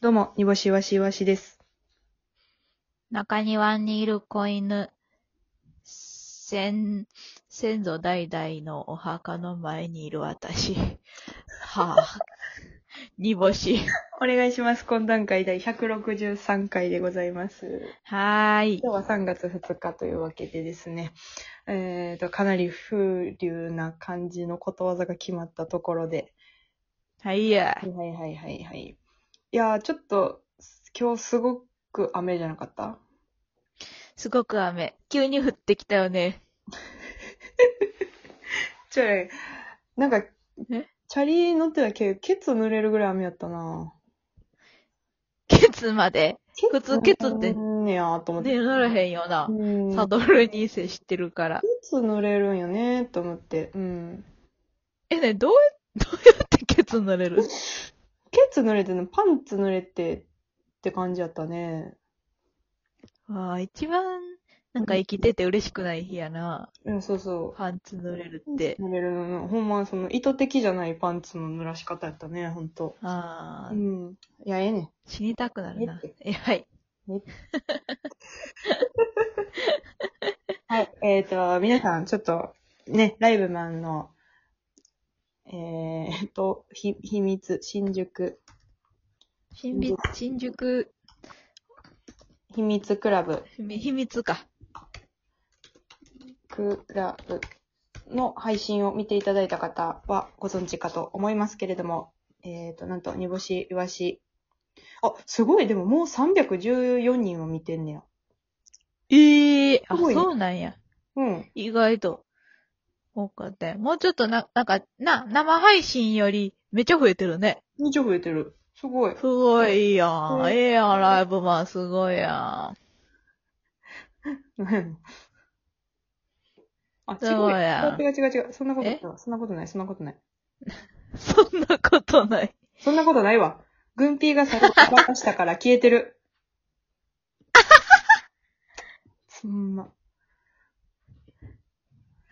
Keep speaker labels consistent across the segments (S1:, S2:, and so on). S1: どうも、煮干しわしわしです。
S2: 中庭にいる子犬、先、先祖代々のお墓の前にいる私。 はあ、煮干し。
S1: お願いします。懇談会第163回でございます。
S2: はーい。
S1: 今日は3月2日というわけでですね、えーと、かなり風流な感じのことわざが決まったところで、
S2: はいや
S1: は。いはいはいはいはい。いやー、ちょっと、今日すごく雨じゃなかった
S2: すごく雨。急に降ってきたよね。
S1: ちょい、なんか、チ
S2: え
S1: ャリ乗ってたけど、ケツ濡れるぐらい雨やったな
S2: ケツまで。普通ケツって
S1: う、んねやーと思って。
S2: ね、乗らへんよな。
S1: うん
S2: サドルに接してるから。
S1: いつ乗れるんよねと思って。うん。
S2: え、ね、どう や、どうやってケツ乗れる
S1: ケツ濡れてんの、パンツ濡れてって感じやったね。
S2: わあ、一番、なんか生きてて嬉しくない日やな。
S1: うん、そうそう。
S2: パンツ乗れるって。
S1: 濡れるの、ほんま、その、意図的じゃないパンツの濡らし方やったね、ほんと。
S2: ああ
S1: う、ん。いや、ええねん。
S2: 死にたくなるな
S1: えっ。
S2: え、はい。
S1: はい。えっ、と、皆さん、ちょっと、ね、ライブマンの、えっ、と、ひ、秘密、新宿、
S2: 新び新宿、
S1: 秘密クラブ、
S2: み秘密か。
S1: クラブの配信を見ていただいた方はご存知かと思いますけれども、えっ、と、なんと、煮干し、イワシ。あ、すごい、でももう314人を見てんねや。
S2: ええあ、
S1: すごいね
S2: そうなんや。
S1: うん。
S2: 意外と。多かったよもうちょっとな、なんか、な、生配信よりめっちゃ増えてるね。
S1: めっちゃ増えてる。すごい。
S2: すごいや
S1: うん
S2: ん。ええやん、ライブマン、すごいやん。
S1: うん あ、違う。
S2: すごいやん
S1: 違う違う違う。そんなことない
S2: え。
S1: そんなことない。そんなことない。
S2: そんなことない。
S1: そんなことないわ。軍艇が先に爆破したから消えて る。そんま。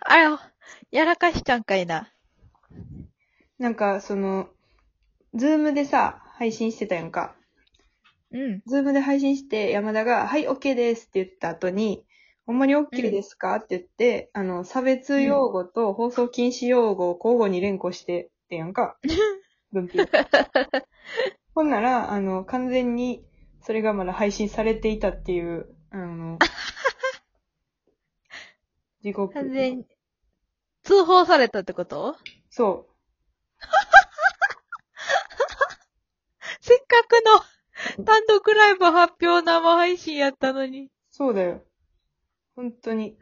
S2: あよ、やらかしちゃんかいな。
S1: なんか、その、ズームでさ、配信してたやんか。
S2: うん。
S1: ズームで配信して、山田が、はい、OK ですって言った後に、ほんまに OK ですか、って言って、あの、差別用語と放送禁止用語を交互に連呼してってやんか。文筆。ほんなら、あの、完全に、それがまだ配信されていたっていう、あの、地獄。
S2: 完全に、通報されたってこと
S1: そう。
S2: せっかくの単独ライブ発表生配信やったのに。
S1: そうだよ。本当に。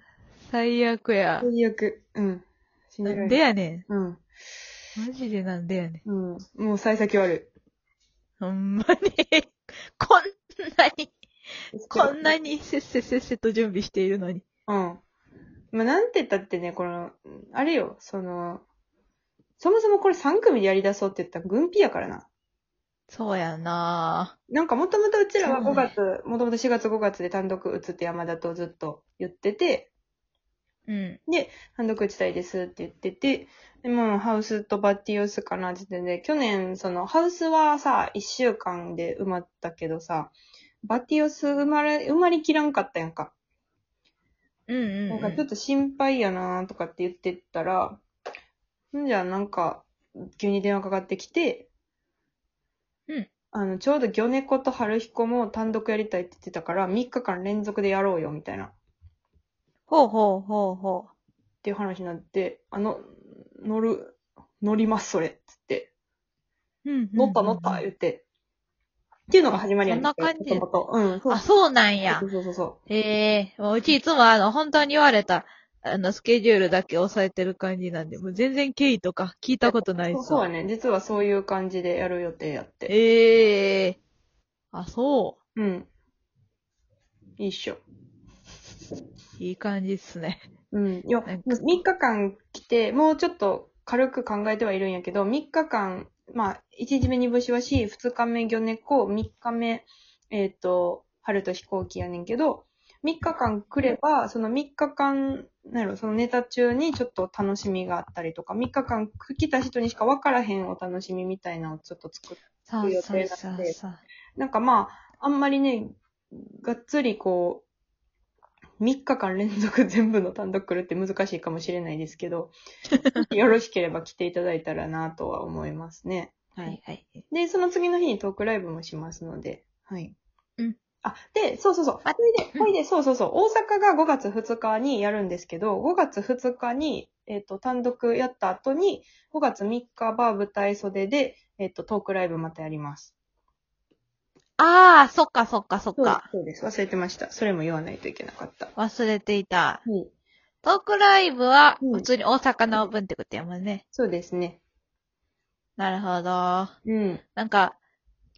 S2: 最悪や。
S1: 最悪。うん。信
S2: な
S1: じられな
S2: んで
S1: い。
S2: やねん。
S1: うん。
S2: マジでなんでやねん。
S1: うん。もう幸先悪
S2: ほんまに、 こんな に、
S1: い。
S2: こんなにせっせせっせと準備しているのに。
S1: うん。まあ、なんて言ったってね、この、あれよ、その、そもそもこれ3組でやり出そうって言ったら軍費やからな。
S2: そうやな
S1: なんかもともとうちらは
S2: そう
S1: 5
S2: ね
S1: 月、もともと4月5月で単独打つって山田とずっと言ってて、
S2: うん。
S1: 単独打ちたいですって言ってて、でもハウスとバッティオスかなって言ってて、去年そのハウスはさ、1週間で埋まったけどさ、バッティオス埋まれ、埋まりきらんかったやんか。
S2: うんうん、
S1: なん
S2: う
S1: かちょっ
S2: ん。
S1: と心配やなとかって言ってたら、んじゃあなんか、急に電話かかってきて、
S2: うん。
S1: あの、ちょうど魚猫と春彦も単独やりたいって言ってたから、3日間連続でやろうよ、みたいな、っ
S2: ほうほうほうほ
S1: ていう話になって、あの、乗る、乗ります、それ、っつって、
S2: う。うんうんうんうん
S1: 乗った乗った、言って、っていうのが始まりや
S2: そんな感じ
S1: もともとうん、そう
S2: あ、そうなんや
S1: そ。うそうそうそ
S2: ええもううちいつもあの、本当に言われた、あの、スケジュールだけ押さえてる感じなんで、もう全然経緯とか聞いたことな
S1: う。
S2: い
S1: そう
S2: ぞ。
S1: そうやね。実はそういう感じでやる予定やって。
S2: ええあ、そ
S1: うん。いいっしょ。
S2: う。いい感じっすね。
S1: うん。いや、
S2: なんか
S1: 3日間来て、もうちょっと軽く考えてはいるんやけど、3日間、まあ、1日目にぶしわし、2日目魚猫、3日目、えっ、と、春と飛行機やねんけど、3日間来れば、その3日間、なんやろ、そのネタ中にちょっと楽しみがあったりとか、3日間来た人にしか分からへんお楽しみみたいなのをちょっと作っ
S2: さあさあさあさあ。
S1: なんかまあ、あんまりね、がっつりこう、3日間連続全部の単独来るって難しいかもしれないですけ ど、もしよろしければ来ていただいたらなとは思いますね。は
S2: はいい。はい。
S1: で、その次の日にトークライブもしますので、はい。
S2: うん。
S1: あ、で、そうそうそう。
S2: あ
S1: それで、
S2: うん
S1: ほいで、そうそうそう。大阪が5月2日にやるんですけど、5月2日に、えっ、と、単独やった後に、5月3日バー舞台袖で、えっ、と、トークライブまたやります。
S2: ああ、そっかそっかそっ
S1: そうで
S2: か
S1: す。そうです。忘れてました。それも言わないといけなかった。は
S2: 忘れていた。
S1: い。
S2: トークライブは、
S1: うん
S2: 普通に大阪の分ってことやもんね。
S1: そうですね。
S2: なるほど。
S1: うん。
S2: なんか、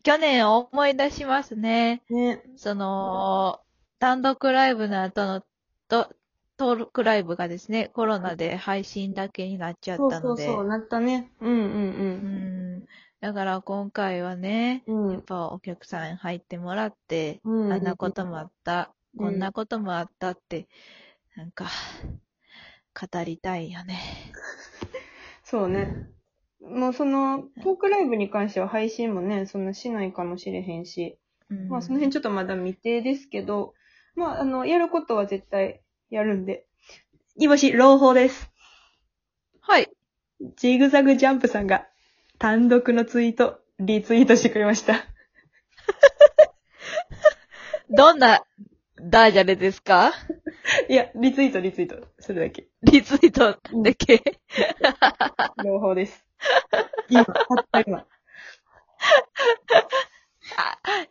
S2: 去年を思い出しますね。
S1: ね。
S2: その、単独ライブの後のと、トークライブがですね、コロナで配信だけになっちゃっ
S1: そう
S2: た
S1: そ
S2: の
S1: う
S2: で。
S1: そう、なったね。うんうん
S2: うん。だから今回はね、
S1: うん。う
S2: やっ
S1: ん。
S2: ぱお客さん入ってもらって、
S1: うん。
S2: あんなこともあった、
S1: うん
S2: こんなこともあったって、なんか、語りたいよね。
S1: そうね。もうその、トークライブに関しては配信もね、そんなしないかもしれへんし、
S2: うん、
S1: まあその辺ちょっとまだ未定ですけど、まああの、やることは絶対やるんで。煮干し、朗報です。
S2: はい。
S1: ジグザグジャンプさんが単独のツイート、リツイートしてくれました。
S2: どんなダジャレですか
S1: いや、リツイート、リツイート。それだけ。
S2: リツイートだけ。
S1: 朗報です。今、たった今。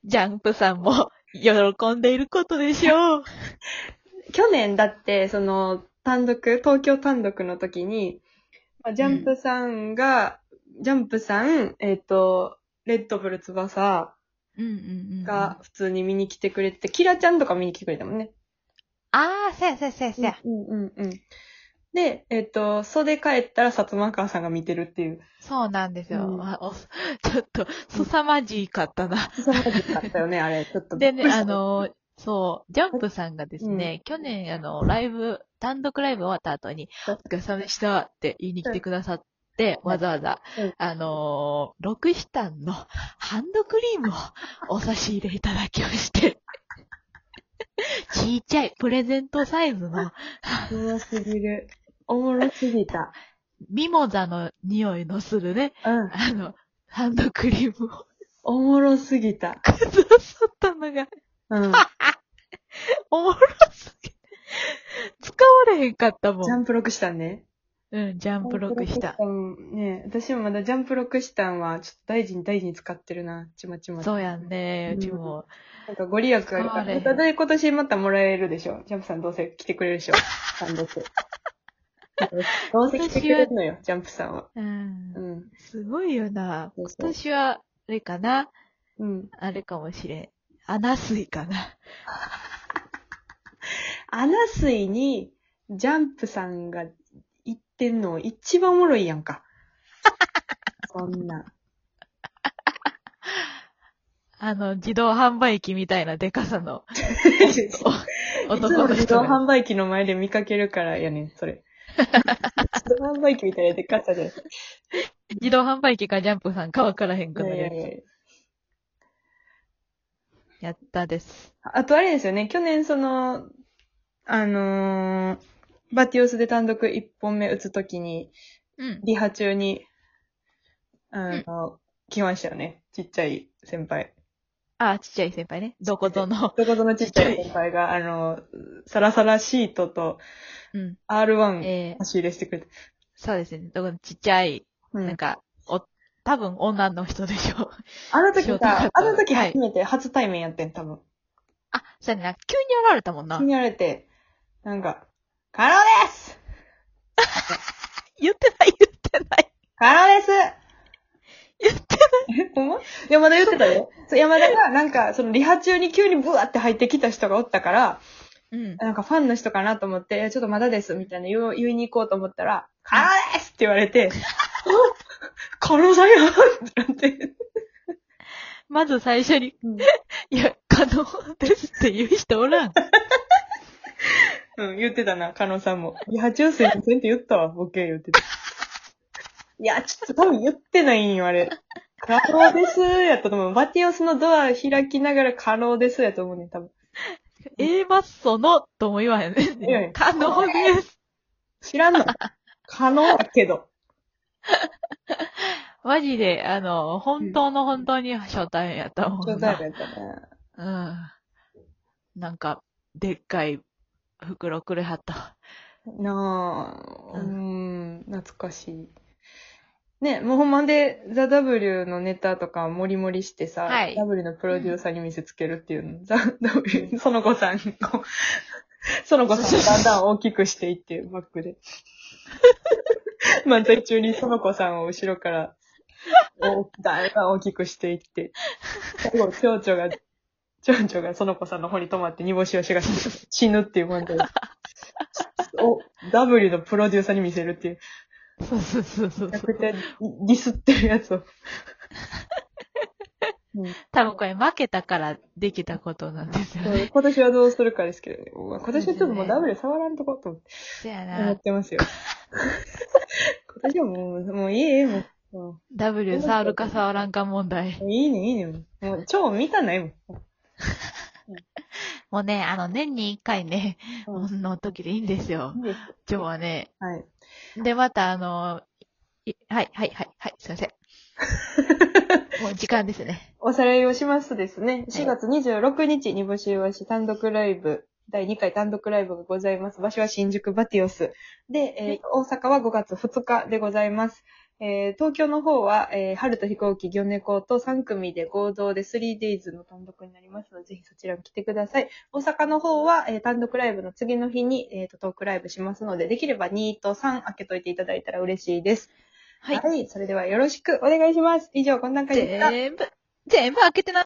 S2: ジャンプさんも喜んでいることでしょう。
S1: 去年だって、その、単独、東京単独の時に、まあ、ジャンプさんが、ジャンプさん、えっ、と、レッドブル翼
S2: うんうんうん。
S1: が普通に見に来てくれて、キラちゃんとか見に来てくれたもんね。
S2: ああ、そうやそうやそうやそうや。
S1: うんうんうん。で、えっ、と、袖帰ったら薩摩川さんが見てるっていう。
S2: そうなんです
S1: う
S2: よ。
S1: ん
S2: あおちょっと、凄まじいかったな。
S1: そうだった よね、あれ。ちょっと。
S2: でね、あ、の、そう、ジャンプさんがですね、去年、あの、ライブ、単独ライブ終わった後に、お疲れ様でしたって言いに来てくださって、
S1: うん
S2: わざわざ、
S1: うん
S2: あのー、ロクシタンのハンドクリームをお差し入れいただきま して、ちっちゃいプレゼントサイズの
S1: おもろすぎる。おもろすぎた。
S2: ミモザの匂いのするね、
S1: うん。
S2: あの、ハンドクリームを
S1: おもろすぎた。
S2: くださったのが、
S1: うん。
S2: おもろすぎて。使われへんかったも
S1: ジャ
S2: ん。
S1: ンプロクしたね。
S2: うん、ジャンプロックした。
S1: ジャンプロクシタンね、私もまだジャンプロクシタンはちょっと大事に大事に使ってるな、ちまちま。
S2: そうやんね、
S1: うん
S2: うちも。
S1: なんかご利益あるか
S2: あ
S1: ら。
S2: れ
S1: またで今年またもらえるでしょ。ジャンプさんどうせ来てくれるでしょ。単 独。どうせ来てくれるのよ、ジャンプさんは。
S2: うん
S1: う。ん。
S2: すごいよな。
S1: そう
S2: 今
S1: そう
S2: 年は、あれかな
S1: うん。
S2: あれかもしれん。穴水かな。
S1: アナスイにジャンプさんが言ってんの一番おもろいや んか。そんな。
S2: あの、自動販売機みたいなデカさの
S1: いつも
S2: 男の
S1: 自
S2: 人
S1: 動
S2: が。
S1: 販売機の前で見かけるからやねん、それ。自動販売機みたいなでかさ で。
S2: 自動販売機かジャンプさんかわからへんくなるやつ。やったです。
S1: あとあれですよね、去年その、あのーバティオスで単独1本目打つときに、
S2: うん。
S1: リハ中に、あの、来ましたよね。ちっちゃい先輩。
S2: あ、ちっちゃい先輩ね。どこぞの。
S1: どこぞのちっちゃい先輩が、あの、サラサラシートと
S2: うん。
S1: R1
S2: えー
S1: 差し入れしてくれて。
S2: そうですね。どこのちっちゃい、
S1: うん
S2: なんか、お、多分女の人でしょう。
S1: あの時
S2: ショートカッ
S1: さ
S2: ト、
S1: あの時
S2: はい
S1: 初めて初対面やってん、多分。
S2: あ、そうやな。急に現れたもんな
S1: 気。に言われて、なんか、カロです
S2: 言ってない、言ってない。
S1: カロです
S2: 言って
S1: え、ほんま山田言ってたよ。そう、山田が、なんか、そのリハ中に急にブワって入ってきた人がおったから、
S2: うん。
S1: なんかファンの人かなと思って、いやちょっとまだです、みたいな言う言いに行こうと思ったら、カロですって言われ て、あカロさんやんってなって。
S2: まず最初に、 いや、可能ですって言う人おらん。
S1: うん、言ってたな、カノさんも。リハ中すいませんって言ったわ、ボケ言ってた。いや、ちょっと多分言ってないんよ、あれ。可能ですやったと思う。バティオスのドア開きながら可能ですやと思うねん、多分。
S2: A マッソの、とも言わへん
S1: いやい
S2: ね
S1: や。
S2: 可能です。
S1: 知らんの。可能だけど。
S2: マジで、あの、本当の本当に初対面やったもんな。
S1: 初対面やったね。
S2: うん。なんか、でっかい袋くれはった。
S1: なあ、うー
S2: う
S1: ん、懐かしい。ね、もうほんまで、ザ・ W のネタとかもりもりしてさ、
S2: はい
S1: W のプロデューサーに見せつけるっていうの、ザ・ W、その子さん、こう、その子さんがだんだん大きくしていって、バック で。漫才中にその子さんを後ろから、おだんだん大きくしていって、最後、蝶々が、蝶々がその子さんの方に止まって煮干しをしがして死ぬっていう漫 才。を W のプロデューサーに見せるっていう、
S2: そうそうそうそう
S1: めちゃ。くちゃディスってるやつを。うん
S2: 多分これ負けたからできたことなんですよね。
S1: 今年はどうするかですけどね。うわ今年はちょっともう
S2: そう
S1: W
S2: ですね
S1: 触らんとこと
S2: そや
S1: 思
S2: な
S1: っ。て ますよ。今年はもう、もういいえ、もう。も
S2: W 触るか触らんか問題。
S1: ういいね、いいね。もうもう超見たないもん。
S2: もうね、あの、年に一回ね、
S1: うん
S2: の時でいいんですよ。今日はね。
S1: はい。
S2: で、またあの、いはい、はい、はい、はい、すいません。もう時間ですね。
S1: おさらいをしますとですね。4月26日、に募集はし単独ライブ、第2回単独ライブがございます。場所は新宿バティオス。で、えー大阪は5月2日でございます。えー東京の方は、えー春と飛行機、魚猫と3組で合同で 3days の単独になりますので、ぜひそちらも来てください。大阪の方は、えー単独ライブの次の日に、えーとトークライブしますので、できれば2と3開けといていただいたら嬉しいです。
S2: はい。
S1: それではよろしくお願いします。以上、こんな感じでした。
S2: 全部、全部開けてない。